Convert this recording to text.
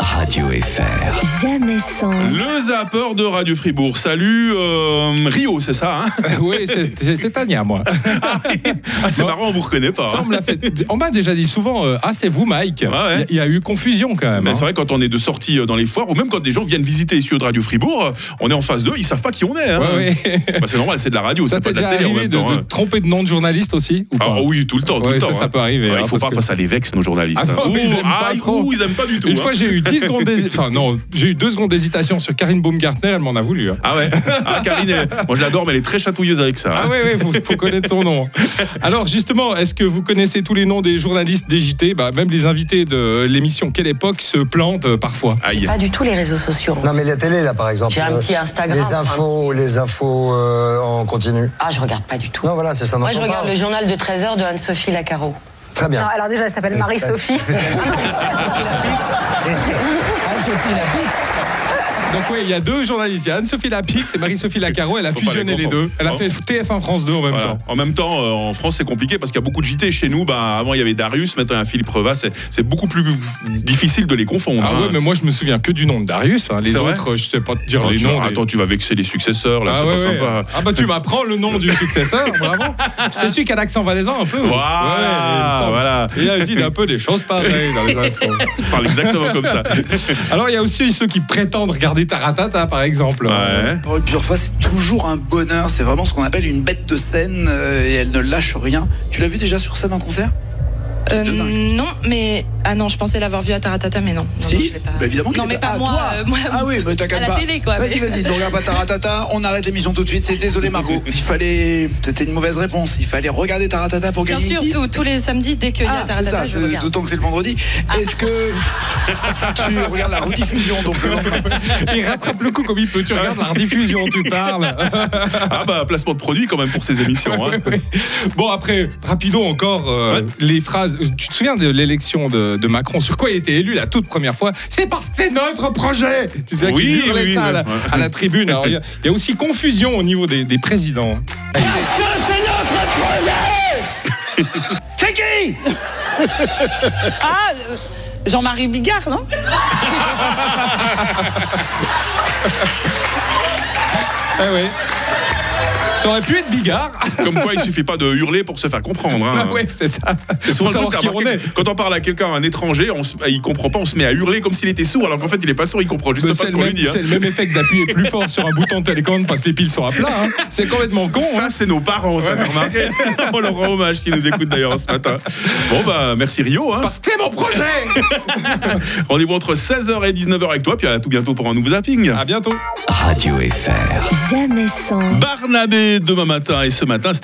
Radio FR. Jamais sans. Le zapper de Radio Fribourg. Salut euh, Rio, c'est ça hein Euh, Oui, c'est- c'est c'est Tania, moi. Ah, C'est Non. marrant, on vous reconnaît pas. Ça, hein. on me l'a fait- on m'a déjà dit souvent euh, Ah, c'est vous, Mike. Il ouais. y- il y a eu confusion quand même. Mais hein. Ben, c'est vrai, quand on est de sortie euh, dans les foires, ou même quand des gens viennent visiter les studios de Radio Fribourg, euh, on est en face d'eux, ils savent pas qui on est. hein. Ouais, ouais. Bah, c'est normal, c'est de la radio, Ça c'est pas t'est de la déjà télé en arrivé même de, temps. de hein. te tromper de nom de journaliste aussi ou Ah pas oui, tout le temps, tout Ouais, le temps. ça, ça hein. peut arriver, Ouais, hein, il faut parce pas que- face à les vex, nos journalistes. Ah hein. non, ils Ouh, aiment pas ah, trop. ouh, ils aiment pas du tout. Une hein. fois, j'ai eu 10 secondes d'hési- Enfin, non, j'ai eu 2 secondes d'hésitation sur Karine Baumgartner, elle m'en a voulu. hein. Ah ouais. Ah, Karine, elle- moi je l'adore, mais elle est très chatouilleuse avec ça. Ah hein. oui, oui, faut, faut connaître son nom. Alors justement, est-ce que vous connaissez tous les noms des journalistes des JT bah, Même les invités de l'émission Quelle époque se plantent euh, parfois. Aïe. Pas du tout les réseaux sociaux. Non, mais la télé, là, par exemple. J'ai un euh, petit Instagram, hein. Les infos, les infos euh, en continu. Ah, je regarde pas du tout. Non, voilà, c'est ça. dont Moi, je on regarde parle. le journal de 13h de Anne-Sophie Lacaro. Très bien. Non, alors déjà, elle s'appelle Marie-Sophie. Donc oui, il y a deux journalistes. Il y a Anne-Sophie Lapix et Marie-Sophie Lacaro. Elle a Faut pas les fusionné les, confondre. deux. Elle a Oh. fait TF1 France 2 en même Voilà. temps. En même temps, euh, en France, c'est compliqué parce qu'il y a beaucoup de JT chez nous. Bah, avant, il y avait Darius, maintenant, il y a Philippe Reva. C'est c'est beaucoup plus difficile de les confondre. Ah hein. ouais, mais moi je me souviens que du nom de Darius. hein. Les C'est vrai autres, je sais pas te dire Attends, les tu, noms. vas- des- attends, tu vas vexer les successeurs, là, Ah c'est ouais, pas ouais. sympa. Ah bah tu m'apprends le nom du successeur, bravo. C'est celui qui a l'accent valaisan un peu. Voilà, voilà. il a dit un peu des choses pareilles dans les infos. On parle exactement comme ça. Alors il y a aussi ceux qui prétendent regarder Taratata par exemple. Ouais. Parole plusieurs fois, c'est toujours un bonheur. C'est vraiment ce qu'on appelle une bête de scène euh, et elle ne lâche rien. Tu l'as vu déjà sur scène en concert Euh, de dingue. non, mais ah non, je pensais l'avoir vu à Taratata, mais non. non non, je l'ai pas. Bah, évidemment. qu'il Non, est mais pas Ah, moi. toi. euh, moi, ah oui, mais à t'inquiète la pas. télé, quoi. Vas-y, mais- vas-y, ne regarde pas Taratata. On arrête l'émission tout de suite. C'est désolé, Margot. Il fallait. C'était une mauvaise réponse. Il fallait regarder Taratata pour Bien gagner sûr, ici. tous- tous les samedis, dès qu'il y Ah, a c'est Taratata, ça, je c'est- regarde. d'autant que c'est le vendredi. Est-ce que tu regardes la rediffusion donc le lendemain Il rattrape le coup comme il peut. Tu regardes la rediffusion, tu parles. Ah bah, placement de produit quand même pour ces émissions. hein. Bon après, rapido encore euh, les phrases. Tu te souviens de l'élection de, de Macron Sur quoi il était élu la toute première fois C'est parce que c'est notre projet. Tu sais Oui, qu'il hurlait oui, ça à, la, oui. à la tribune. Alors, Il y, a- il y a aussi confusion au niveau des, des présidents. Ah, euh, Jean-Marie Bigard, non Ah ouais. Ça aurait pu être Bigard. Comme quoi, il suffit pas de hurler pour se faire comprendre. hein. Ah ouais, c'est ça. C'est souvent Pour le savoir truc, t'as qui on remarqué, est. Quand on parle à quelqu'un, un étranger, on se- bah, il comprend pas, on se met à hurler comme s'il était sourd, alors qu'en fait, il est pas sourd, il comprend juste Mais pas Bah, C'est ce le, qu'on même- lui dit. hein. c'est le même effet que d'appuyer plus fort sur un bouton de télécommande parce que les piles sont à plat. hein. C'est complètement con. hein. Ça, c'est nos parents, ça, t'as remarqué On leur rend Oh, hommage s'ils nous écoutent d'ailleurs ce matin. Bon, bah, merci Rio. hein. Parce que c'est mon projet. Rendez-vous entre 16h et 19h avec toi, puis à tout bientôt pour un nouveau zapping. À bientôt. Radio FR. Jamais sans. Barnabé demain matin, et ce matin, c'était